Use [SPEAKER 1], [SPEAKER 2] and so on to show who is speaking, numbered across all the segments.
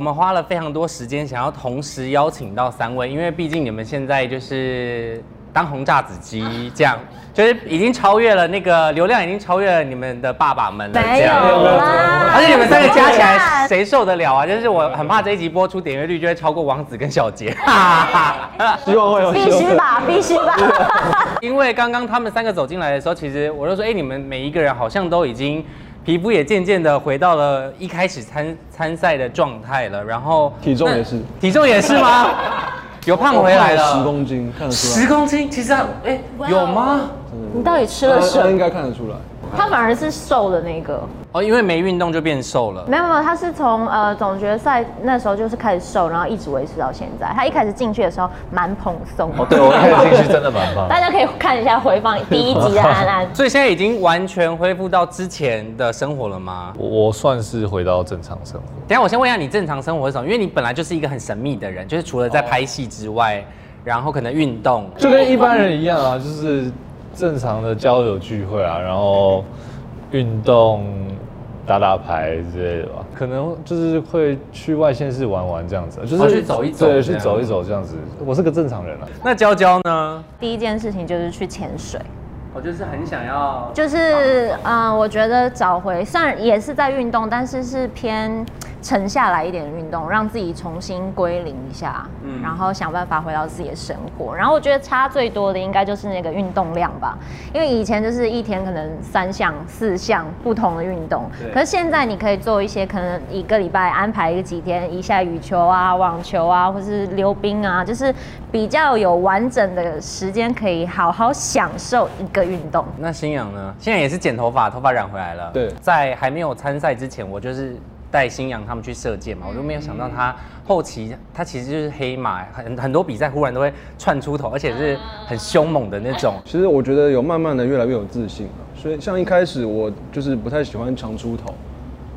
[SPEAKER 1] 我们花了非常多时间，想要同时邀请到三位，因为毕竟你们现在就是当红炸子鸡，这样就是已经超越了那个流量，已经超越了你们的爸爸们了，
[SPEAKER 2] 没
[SPEAKER 1] 这
[SPEAKER 2] 有
[SPEAKER 1] 样。
[SPEAKER 2] 啦，
[SPEAKER 1] 而且你们三个加起来，谁受得了啊？就是我很怕这一集播出点阅率就会超过王子跟小杰，哈哈哈。
[SPEAKER 3] 希望会有，
[SPEAKER 2] 必须吧，必须吧。
[SPEAKER 1] 因为刚刚他们三个走进来的时候，其实我就说，哎、你们每一个人好像都已经皮肤也渐渐的回到了一开始参参赛的状态了，然后
[SPEAKER 3] 体重也是
[SPEAKER 1] 那体重也是 吗？有胖回来了，
[SPEAKER 3] 十公斤，看得出
[SPEAKER 1] 十
[SPEAKER 3] 来，
[SPEAKER 1] 公斤，其实啊哎、有吗？
[SPEAKER 2] 你到底吃了什
[SPEAKER 3] 他他应
[SPEAKER 2] 么？
[SPEAKER 3] 该看得出来。
[SPEAKER 2] 他反而是瘦的那个，
[SPEAKER 1] 哦，因为没运动就变瘦了。
[SPEAKER 2] 没有没有，他是从呃总决赛那时候就是开始瘦，然后一直维持到现在。他一开始进去的时候蛮蓬松的，
[SPEAKER 4] 哦对我看得进去真的蛮棒。
[SPEAKER 2] 大家可以看一下回放第一集的安安。
[SPEAKER 1] 所以现在已经完全恢复到之前的生活了吗？
[SPEAKER 4] 我我算是回到正常生活，
[SPEAKER 1] 等一下我先问一下你正常生活是什么？因为你本来就是一个很神秘的人，就是除了
[SPEAKER 3] 哦
[SPEAKER 1] 在拍戏之外，然后可能运动，
[SPEAKER 4] 就跟一般人一样啊，就是正常的交友聚会啊，然后运动、打打牌之类的吧。可能就是会去外县市玩玩这样子，啊就是、
[SPEAKER 1] 哦去走一走
[SPEAKER 4] 对，
[SPEAKER 1] 这
[SPEAKER 4] 去
[SPEAKER 1] 样
[SPEAKER 4] 走一走这样子。我是个正常人啊。
[SPEAKER 1] 那娇娇呢？
[SPEAKER 2] 第一件事情就是去潜水，
[SPEAKER 1] 我就是很想要，
[SPEAKER 2] 就是嗯、呃我觉得找回虽然也是在运动，但是是偏沉下来一点的运动，让自己重新归零一下，
[SPEAKER 1] 嗯
[SPEAKER 2] 然后想办法回到自己的生活。然后我觉得差最多的应该就是那个运动量吧，因为以前就是一天可能三项、四项不同的运动，
[SPEAKER 1] 对
[SPEAKER 2] 可是现在你可以做一些可能一个礼拜安排一个几天，一下羽球啊、网球啊，或是溜冰啊，就是比较有完整的时间可以好好享受一个运动。
[SPEAKER 1] 那新阳呢？现在也是剪头发，头发染回来了。
[SPEAKER 3] 对
[SPEAKER 1] 在还没有参赛之前，我就是带新阳他们去射箭嘛，我就没有想到
[SPEAKER 2] 嗯
[SPEAKER 1] 他后期他其实就是黑马，很很多比赛忽然都会窜出头，而且是
[SPEAKER 2] 啊
[SPEAKER 1] 很凶猛的那种。
[SPEAKER 3] 其实我觉得有慢慢的越来越有自信了，所以像一开始我就是不太喜欢强出头，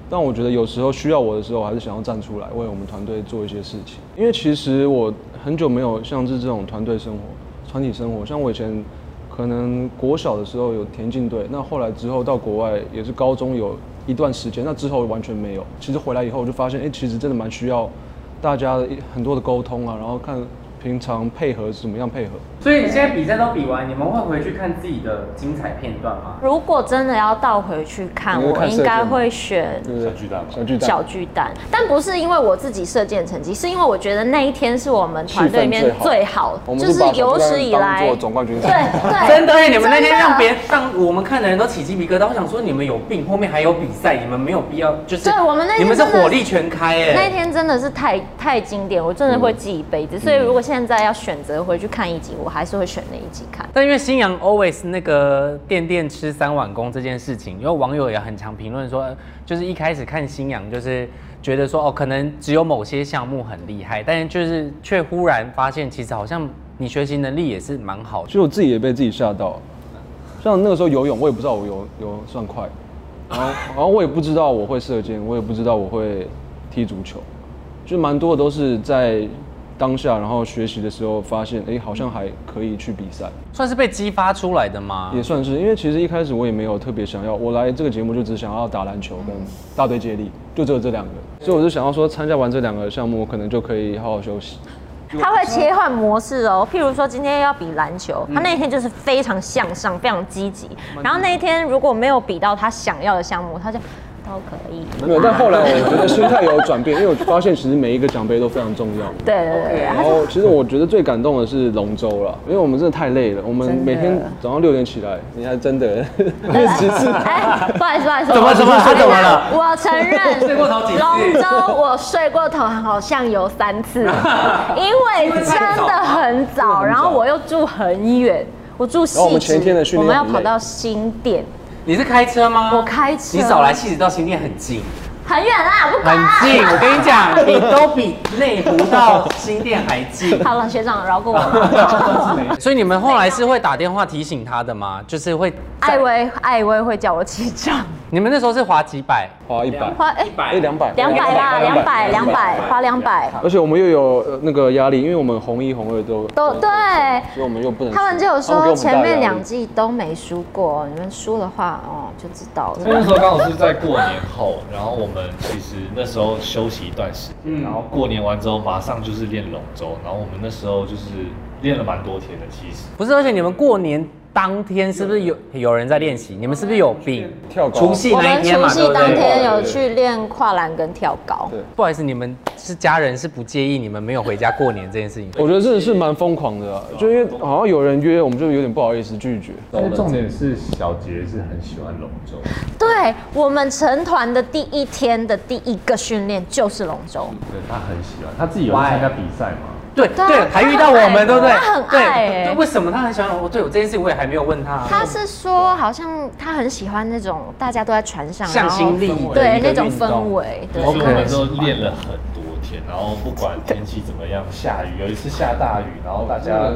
[SPEAKER 3] 但我觉得有时候需要我的时候，我还是想要站出来为我们团队做一些事情。因为其实我很久没有像是这种团队生活、团体生活，像我以前可能国小的时候有田径队，那后来之后到国外也是高中有一段时间，那之后完全没有。其实回来以后我就发现，哎、其实真的蛮需要大家的一很多的沟通啊，然后看平常配合是怎么样配合。
[SPEAKER 1] 所以现在比赛都比完，你们会回去看自己的精彩片段吗？
[SPEAKER 2] 如果真的要倒回去看，
[SPEAKER 3] 你会
[SPEAKER 2] 我
[SPEAKER 3] 看
[SPEAKER 2] 应
[SPEAKER 3] 射箭
[SPEAKER 2] 该
[SPEAKER 3] 吗
[SPEAKER 2] 会选
[SPEAKER 3] 对不对？小巨蛋，小巨蛋，
[SPEAKER 2] 小巨蛋，但不是因为我自己射箭成绩，是因为我觉得那一天是我们团队里面
[SPEAKER 3] 气氛
[SPEAKER 2] 最
[SPEAKER 3] 最
[SPEAKER 2] 好，
[SPEAKER 3] 我们
[SPEAKER 2] 就是
[SPEAKER 3] 把
[SPEAKER 2] 有
[SPEAKER 3] 小巨
[SPEAKER 2] 史
[SPEAKER 3] 蛋
[SPEAKER 2] 以
[SPEAKER 3] 当
[SPEAKER 2] 来
[SPEAKER 3] 做总冠军
[SPEAKER 2] 对 对，
[SPEAKER 1] 真的耶，你们那天
[SPEAKER 2] 真的
[SPEAKER 1] 让别人让我们看的人都起鸡皮疙瘩。我想说，你们有病，后面还有比赛，你们没有必要，就是
[SPEAKER 2] 对我们那
[SPEAKER 1] 你
[SPEAKER 2] 天
[SPEAKER 1] 们是
[SPEAKER 2] 真的
[SPEAKER 1] 火力全开耶。
[SPEAKER 2] 那一天真的是太太经典，我真的会记一辈
[SPEAKER 3] 嗯
[SPEAKER 2] 子。所以如果现在要选择回去看一集，我还是会选那一集看。
[SPEAKER 1] 但因为新阳 always 那个店店吃三碗公这件事情，因为网友也很常评论说，呃就是一开始看新阳就是觉得说哦，可能只有某些项目很厉害，但是就是却忽然发现，其实好像你学习能力也是蛮好 的。
[SPEAKER 3] 其实我自己也被自己吓到，像那个时候游泳，我也不知道我游游算快，然后然后我也不知道我会射箭，我也不知道我会踢足球，就蛮多的都是在当下，然后学习的时候发现，哎，好像还可以去比赛，
[SPEAKER 1] 算是被激发出来的
[SPEAKER 2] 啊
[SPEAKER 1] 吗？
[SPEAKER 3] 也算是，因为其实一开始我也没有特别想要，我来这个节目就只想要打篮球跟
[SPEAKER 2] 嗯
[SPEAKER 3] 大队接力，就只有这两个，所以我就想要说，参加完这两个项目，我可能就可以好好休息。
[SPEAKER 2] 他会切换模式哦，譬如说今天要比篮球，
[SPEAKER 1] 嗯
[SPEAKER 2] 他那一天就是非常向上，非常积极。然后那一天如果没有比到他想要的项目，他就都可以。
[SPEAKER 1] 嗯
[SPEAKER 3] 没有，但后来我觉得心态有转变，因为我发现其实每一个奖杯都非常重要。
[SPEAKER 2] 对对对对，
[SPEAKER 3] 然后其实我觉得最感动的是龙舟了，因为我们真的太累了，我们每天早上六点起来，你还真 的练几次？
[SPEAKER 2] 哎，不好意思，不好意思，
[SPEAKER 1] 怎么
[SPEAKER 2] 我
[SPEAKER 1] 怎么他怎么了
[SPEAKER 2] 我承认，
[SPEAKER 1] 睡过头几次
[SPEAKER 2] 龙舟我睡过头，好像有 三次，因为真的很早，然后我又住很远，我住
[SPEAKER 1] 哦
[SPEAKER 3] 然后我
[SPEAKER 2] 西
[SPEAKER 3] 们前一天的
[SPEAKER 2] 直，
[SPEAKER 3] 训
[SPEAKER 2] 我们
[SPEAKER 3] 练
[SPEAKER 2] 要
[SPEAKER 3] 很累
[SPEAKER 2] 跑到新店，
[SPEAKER 1] 你是开车吗？
[SPEAKER 2] 我开车
[SPEAKER 1] 你少来，戏子到新店很近，
[SPEAKER 2] 很远啦，不
[SPEAKER 1] 很
[SPEAKER 2] 管啦。
[SPEAKER 1] 近。我跟你讲，你都比内湖到新店还近。
[SPEAKER 2] 好了，学长饶过我吧。
[SPEAKER 1] 所以你们后来是会打电话提醒他的吗？就是会
[SPEAKER 2] 艾薇，艾薇会叫我起床，
[SPEAKER 1] 你们那时候是滑几百？
[SPEAKER 3] 花一百，
[SPEAKER 2] 花哎
[SPEAKER 3] 哎两百，
[SPEAKER 2] 两百啦，两百两百花两百，
[SPEAKER 3] 而且我们又有呃那个压力，因为我们红一红二都
[SPEAKER 2] 都对。
[SPEAKER 3] 所以我们又不能输。
[SPEAKER 2] 他们就有
[SPEAKER 3] 他们给
[SPEAKER 2] 说
[SPEAKER 3] 我们大
[SPEAKER 2] 前
[SPEAKER 3] 压力
[SPEAKER 2] 面两季都没输过，你们输的话哦就知道
[SPEAKER 4] 那
[SPEAKER 2] 了。
[SPEAKER 4] 时候刚好是在过年后，然后我们们其实那时候休息一段时间，
[SPEAKER 1] 嗯
[SPEAKER 4] 然后过年完之后马上就是练龙舟，然后我们那时候就是练了蛮多天的，其实。
[SPEAKER 1] 不是，而且你们过年当天是不是有有人在练习？你们是不是有比
[SPEAKER 3] 跳高
[SPEAKER 1] 除夕
[SPEAKER 2] 我
[SPEAKER 1] 那
[SPEAKER 2] 们
[SPEAKER 1] 一天
[SPEAKER 2] 除
[SPEAKER 1] 嘛？对
[SPEAKER 2] 夕
[SPEAKER 1] 不
[SPEAKER 2] 当
[SPEAKER 1] 对？
[SPEAKER 2] 天有去练跨栏跟跳高，
[SPEAKER 3] 对
[SPEAKER 1] 不好意思，你们是家人是不介意你们没有回家过年这件事情？
[SPEAKER 3] 我觉得真的是蛮疯狂的、啊，就因为好像有人约，我们就有点不好意思拒绝。
[SPEAKER 4] 但是重点是小杰是很喜欢龙舟，
[SPEAKER 2] 对我们成团的第一天的第一个训练就是龙舟，
[SPEAKER 4] 对他很喜欢，他自己有去参加比赛嘛？
[SPEAKER 1] 对
[SPEAKER 2] 对啊
[SPEAKER 1] 对，还遇到我们，对不对？
[SPEAKER 2] 他很
[SPEAKER 1] 对
[SPEAKER 2] 爱欸
[SPEAKER 1] 对，为什么他很喜欢我？对我这件事情我也还没有问他。
[SPEAKER 2] 他是说好像他很喜欢那种大家都在船上，
[SPEAKER 1] 向心力
[SPEAKER 2] 然后
[SPEAKER 1] 的
[SPEAKER 2] 对
[SPEAKER 1] 一个
[SPEAKER 2] 那种
[SPEAKER 1] 运
[SPEAKER 2] 氛
[SPEAKER 1] 动
[SPEAKER 2] 围，对
[SPEAKER 4] 所以我们
[SPEAKER 1] OK
[SPEAKER 4] 都练了很多天，然后不管天气怎么样，下雨有一次下大雨，然后大家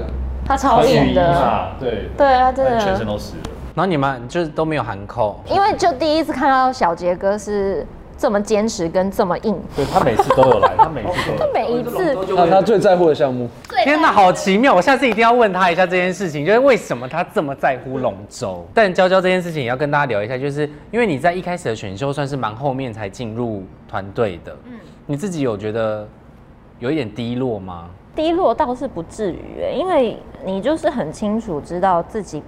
[SPEAKER 2] 他嗯超
[SPEAKER 4] 穿雨
[SPEAKER 2] 硬
[SPEAKER 4] 衣
[SPEAKER 2] 的，
[SPEAKER 4] 嘛，对
[SPEAKER 2] 对啊，真的
[SPEAKER 4] 全身都湿了。
[SPEAKER 1] 然后你们就是都没有喊扣，
[SPEAKER 2] 因为就第一次看到小杰哥是这么坚持跟这么硬，
[SPEAKER 4] 对他每次都有来，他每次都
[SPEAKER 2] 他
[SPEAKER 4] 有来。
[SPEAKER 2] 每一次
[SPEAKER 3] 那他最在乎的项目，
[SPEAKER 1] 天哪，好奇妙！我下次一定要问他一下这件事情，就是为什么他这么在乎龙舟。 但娇娇这件事情也要跟大家聊一下，就是因为你在一开始的选秀算是蛮后面才进入团队的，嗯，你自己有觉得有一点低落吗？
[SPEAKER 2] 低落倒是不至于欸，因为你就是很清楚知道自己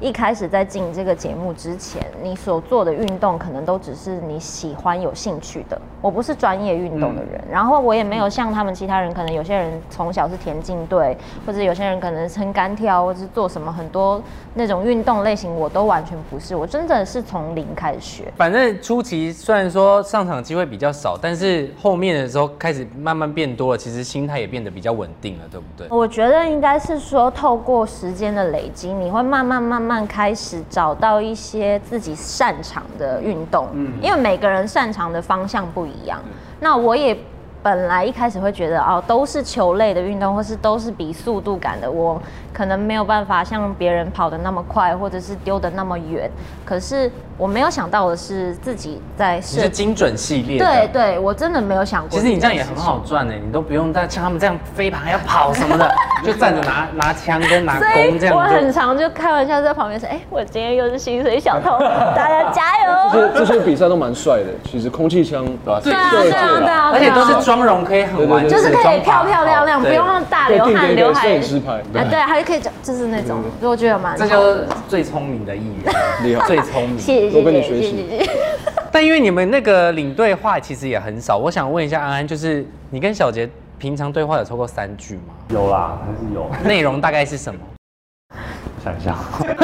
[SPEAKER 2] 一开始在进这个节目之前，你所做的运动可能都只是你喜欢、有兴趣的。我不是专业运动的人，然后我也没有像他们其他人，可能有些人从小是田径队，或者有些人可能撑杆跳，或者是做什么很多那种运动类型，我都完全不是。我真的是从零开始学。
[SPEAKER 1] 反正初期虽然说上场机会比较少，但是后面的时候开始慢慢变多了，其实心态也变得比较稳定了，对不对？
[SPEAKER 2] 我觉得应该是说，透过时间的累积，你会慢慢慢慢开始找到一些自己擅长的运动，
[SPEAKER 1] 嗯
[SPEAKER 2] 因为每个人擅长的方向不一样。那我也本来一开始会觉得哦，都是球类的运动，或是都是比速度感的，我可能没有办法像别人跑得那么快，或者是丢得那么远。可是我没有想到的是，自己在
[SPEAKER 1] 你是
[SPEAKER 2] 设计，
[SPEAKER 1] 精准系列的，
[SPEAKER 2] 对对，我真的没有想过。
[SPEAKER 1] 其实你这样也很好。赚呢，你都不用再像他们这样飞盘还要跑什么 的，就站着拿拿枪跟拿
[SPEAKER 2] 所
[SPEAKER 1] 弓这
[SPEAKER 2] 以我
[SPEAKER 1] 样
[SPEAKER 2] 很
[SPEAKER 1] 就。
[SPEAKER 2] 常就开玩笑在旁边说：“哎、我今天又是薪水小偷，大家加
[SPEAKER 3] 这
[SPEAKER 2] 油
[SPEAKER 3] 些这些比赛都蛮帅的。其实空气枪，
[SPEAKER 4] 吧
[SPEAKER 1] 对
[SPEAKER 2] 啊
[SPEAKER 3] 射
[SPEAKER 2] 对
[SPEAKER 3] 箭
[SPEAKER 2] 啊对啊！”
[SPEAKER 1] 而且都是妆容可以很完整，
[SPEAKER 2] 就是可以漂
[SPEAKER 1] 妆法哦
[SPEAKER 2] 漂亮亮，
[SPEAKER 1] 好
[SPEAKER 2] 不用让大
[SPEAKER 3] 被
[SPEAKER 2] 啊流
[SPEAKER 3] 定
[SPEAKER 2] 汗
[SPEAKER 3] 给
[SPEAKER 2] 刘
[SPEAKER 3] 给
[SPEAKER 2] 海。
[SPEAKER 3] 摄影师拍，
[SPEAKER 2] 啊，对，还可以就是那种，我觉得蛮
[SPEAKER 1] 对这
[SPEAKER 2] 好
[SPEAKER 1] 就
[SPEAKER 2] 的
[SPEAKER 1] 是最聪明的艺 人，
[SPEAKER 3] 厉害
[SPEAKER 1] 最聪明。
[SPEAKER 2] 谢谢
[SPEAKER 3] 多跟你
[SPEAKER 2] 谢
[SPEAKER 3] 学
[SPEAKER 2] 谢
[SPEAKER 3] 习
[SPEAKER 2] 谢谢。
[SPEAKER 1] 但因为你们那个领队话其实也很少，我想问一下安安，就是你跟小杰平常对话有超过三句 吗？
[SPEAKER 4] 有啦，还是有。
[SPEAKER 1] 内容大概是什么？
[SPEAKER 4] 想一下，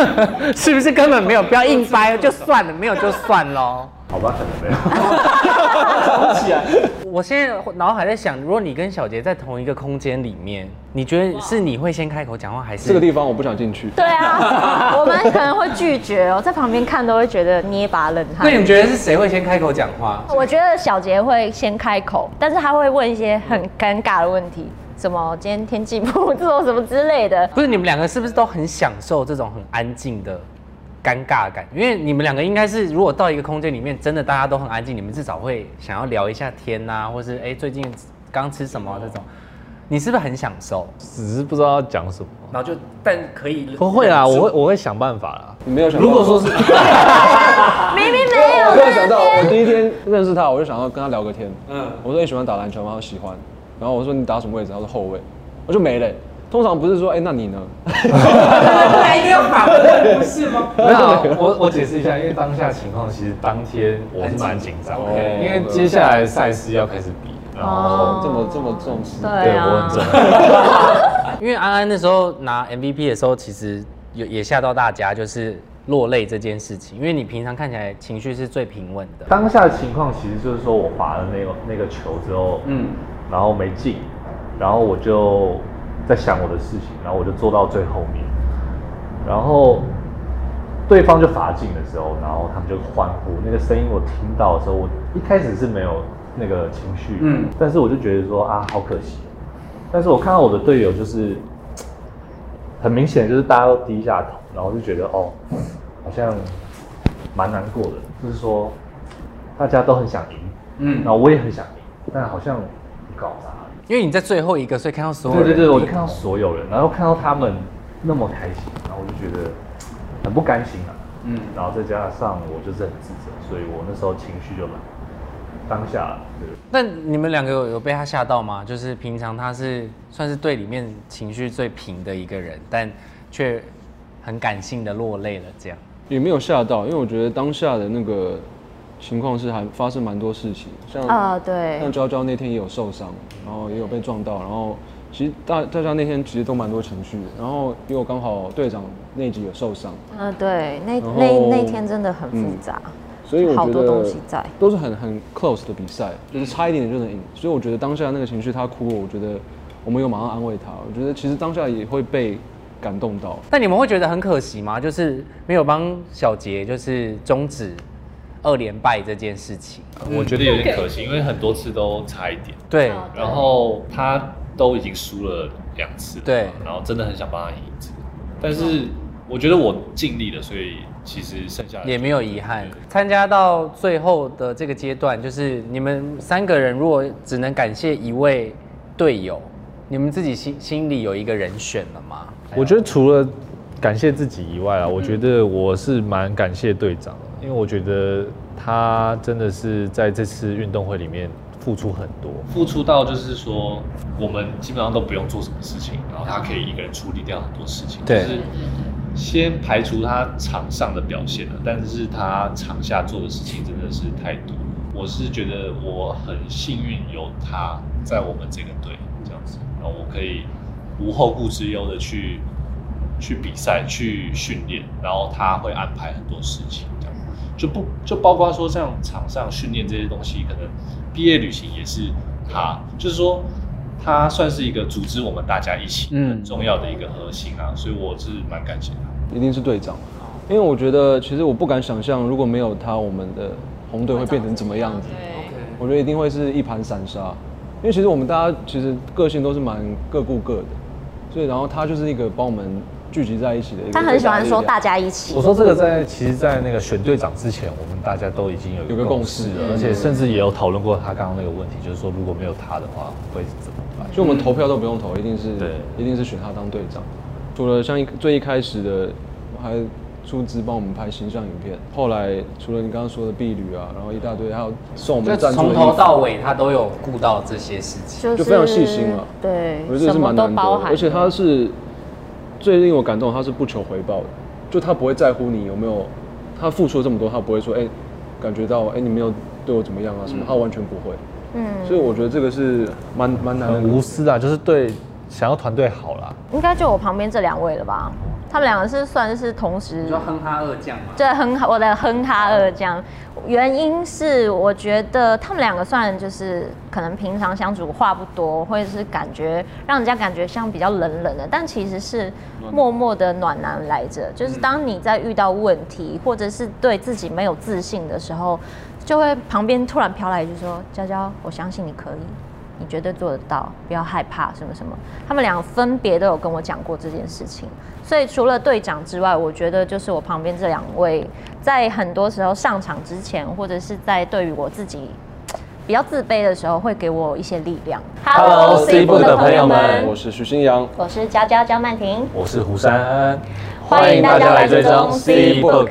[SPEAKER 1] 是不是根本没有？不要硬掰，就算了，没有就算喽。
[SPEAKER 4] 好吧，可能没有。起来，
[SPEAKER 1] 我现在脑海在想，如果你跟小杰在同一个空间里面，你觉得是你会先开口讲话，还是
[SPEAKER 3] 这个地方我不想进去。
[SPEAKER 2] 对啊，我们可能会拒绝哦，在旁边看都会觉得捏把冷汗
[SPEAKER 1] 那。你觉得是谁会先开口讲话？
[SPEAKER 2] 我觉得小杰会先开口，但是他会问一些很尴尬的问题，什么今天天气不错什么之类的。
[SPEAKER 1] 不是你们两个是不是都很享受这种很安静的尴尬感？因为你们两个应该是，如果到一个空间里面，真的大家都很安静，你们至少会想要聊一下天呐、或是哎、最近刚吃什么啊这种，你是不是很享受？
[SPEAKER 4] 只是不知道要讲什么。
[SPEAKER 1] 然后就但可以
[SPEAKER 4] 不会
[SPEAKER 1] 啊
[SPEAKER 4] 啦，我会我会想办法啦。
[SPEAKER 3] 你没有想到，
[SPEAKER 4] 如果说是
[SPEAKER 2] 明明没有
[SPEAKER 3] 我没有想到，我第一天认识他，我就想要跟他聊个天。
[SPEAKER 1] 嗯
[SPEAKER 3] 嗯，我说你喜欢打篮球吗？他说喜欢。然后我说你打什么位置？他说后卫。我就没了、通常不是说，哎、那你呢？
[SPEAKER 1] 来一定要反问， 不是吗？
[SPEAKER 4] 没有，我我解释一下，因为当下情况其实当天我是蛮紧张的，
[SPEAKER 3] 哦
[SPEAKER 4] 因为接下来赛事要开始比，然后
[SPEAKER 2] 哦
[SPEAKER 3] 这么这么重视，
[SPEAKER 4] 对
[SPEAKER 2] 对
[SPEAKER 4] 我
[SPEAKER 2] 啊
[SPEAKER 4] 很，紧张。
[SPEAKER 1] 因为安安那时候拿 MVP 的时候，其实有也吓到大家，就是落泪这件事情。因为你平常看起来情绪是最平稳的，
[SPEAKER 4] 当下的情况其实就是说我罚了那个那个球之后，嗯，然后没进，然后我就在想我的事情，然后我就坐到最后面，然后对方就罚进的时候，然后他们就欢呼，那个声音我听到的时候，我一开始是没有那个情绪，嗯，但是我就觉得说啊，好可惜，但是我看到我的队友就是很明显就是大家都低下头，然后就觉得哦，好像蛮难过的，就是说大家都很想赢，嗯，然后我也很想赢，但好像不搞砸。
[SPEAKER 1] 因为你在最后一个，所以看到所有
[SPEAKER 4] 对
[SPEAKER 1] 人
[SPEAKER 4] 对对，我就
[SPEAKER 1] 低
[SPEAKER 4] 看到所有人，然后看到他们那么开心，然后我就觉得很不甘心啊，嗯，然后再加上我就是很自责，所以我那时候情绪就来，当下。对
[SPEAKER 1] 那你们两个有有被他吓到吗？就是平常他是算是队里面情绪最平的一个人，但却很感性的落泪了。这样，
[SPEAKER 3] 也没有吓到，因为我觉得当下的那个情况是还发生蛮多事情，像
[SPEAKER 2] 啊，对
[SPEAKER 3] 像，娇娇那天也有受伤，然后也有被撞到，然后其实大大家那天其实都蛮多情绪的，然后因为我刚好队长那集有受伤，
[SPEAKER 2] 嗯，对，那
[SPEAKER 3] 然后嗯
[SPEAKER 2] 那那天真的很复杂，
[SPEAKER 3] 所以我
[SPEAKER 2] 好
[SPEAKER 3] 觉
[SPEAKER 2] 多
[SPEAKER 3] 得
[SPEAKER 2] 东西在
[SPEAKER 3] 都是很很 close 的比赛，就是差一点点就能赢，所以我觉得当下那个情绪他哭了，我觉得我们有马上安慰他，我觉得其实当下也会被感动到，
[SPEAKER 1] 但你们会觉得很可惜吗？就是没有帮小杰就是终止二连败这件事情。
[SPEAKER 5] 嗯我觉得有点可惜，因为很多次都差一点，
[SPEAKER 1] 对，
[SPEAKER 2] 好
[SPEAKER 5] 然后他都已经输了两次了，
[SPEAKER 1] 对
[SPEAKER 5] 然后真的很想帮他赢一次，但是我觉得我尽力了，所以其实剩下的
[SPEAKER 1] 也没有遗憾
[SPEAKER 5] 对。
[SPEAKER 1] 参加到最后的这个阶段，就是你们三个人如果只能感谢一位队友，你们自己心心里有一个人选了吗？
[SPEAKER 4] 我觉得除了感谢自己以外啊，我觉
[SPEAKER 5] 嗯
[SPEAKER 4] 得我是蛮感谢队长的，因为我觉得他真的是在这次运动会里面付出很多。
[SPEAKER 5] 付出到就是说，我们基本上都不用做什么事情，然后他可以一个人处理掉很多事情。
[SPEAKER 4] 对
[SPEAKER 5] 就是先排除他场上的表现了，但是他场下做的事情真的是太多了。我是觉得我很幸运有他在我们这个队这样子，然后我可以无后顾之忧的去去比赛、去训练，然后他会安排很多事情这样。就不就包括说像场上训练这些东西，可能毕业旅行也是他，就是说他算是一个组织我们大家一起
[SPEAKER 1] 嗯
[SPEAKER 5] 很重要的一个核心啊，所以我是蛮感谢他。
[SPEAKER 3] 一定是队长，因为我觉得其实我不敢想象如果没有他，我们的红队会变成怎么样子。
[SPEAKER 6] 对，
[SPEAKER 3] 我觉得一定会是一盘散沙，因为其实我们大家其实个性都是蛮各顾各的，所以然后他就是一个帮我们聚集在一起的一个。
[SPEAKER 2] 他很喜欢说大家一起
[SPEAKER 4] 我，说这个在其实，在那个选队长之前，我们大家都已经有
[SPEAKER 3] 有个共识了
[SPEAKER 4] 而且甚至也有讨论过他刚刚那个问题，就是说如果没有他的话会怎么办？
[SPEAKER 2] 嗯
[SPEAKER 3] 所以我们投票都不用投，一定是
[SPEAKER 4] 对
[SPEAKER 3] 一定是选他当队长。除了像一最一开始的，还出资帮我们拍形象影片，后来除了你刚刚说的婢女啊，然后一大堆，还有送我
[SPEAKER 1] 就
[SPEAKER 3] 们赞助
[SPEAKER 1] 从
[SPEAKER 3] 衣
[SPEAKER 1] 头
[SPEAKER 3] 服
[SPEAKER 1] 到尾他都有顾到这些事情。
[SPEAKER 2] 就
[SPEAKER 3] 就非常细心了
[SPEAKER 2] 对
[SPEAKER 3] 我觉，得这
[SPEAKER 2] 什
[SPEAKER 3] 是
[SPEAKER 2] 么
[SPEAKER 3] 蛮
[SPEAKER 2] 都
[SPEAKER 3] 难得
[SPEAKER 2] 包
[SPEAKER 3] 的，
[SPEAKER 2] 含，
[SPEAKER 3] 而且他是最令我感动，他是不求回报的，就他不会在乎你有没有，他付出了这么多，他不会说哎、感觉到哎、你没有对我怎么样啊什么，他完全不会，
[SPEAKER 2] 嗯，
[SPEAKER 3] 所以我觉得这个是蛮蛮难
[SPEAKER 4] 很
[SPEAKER 3] 能
[SPEAKER 4] 无私啊，就是对想要团队好啦。
[SPEAKER 2] 应该就我旁边这两位了吧？他们两个是算是同时
[SPEAKER 1] 你说哼哈二将嘛，
[SPEAKER 2] 对，哼哈，我的哼哈二将，原因是我觉得他们两个算就是可能平常相处话不多，或者是感觉让人家感觉像比较冷冷的，但其实是默默的暖男来着。就是当你在遇到问题，或者是对自己没有自信的时候，就会旁边突然飘来一句说：“娇娇，我相信你可以。”你绝对做得到，不要害怕什么什么。他们俩分别都有跟我讲过这件事情，所以除了队长之外，我觉得就是我旁边这两位，在很多时候上场之前，或者是在对于我自己比较自卑的时候，会给我一些力量。
[SPEAKER 4] Hello，C 部的朋友们
[SPEAKER 3] 我是徐新阳，
[SPEAKER 2] 我是娇娇江曼婷，
[SPEAKER 4] 我是胡珊安，
[SPEAKER 2] 欢迎大家来追踪
[SPEAKER 4] C Book。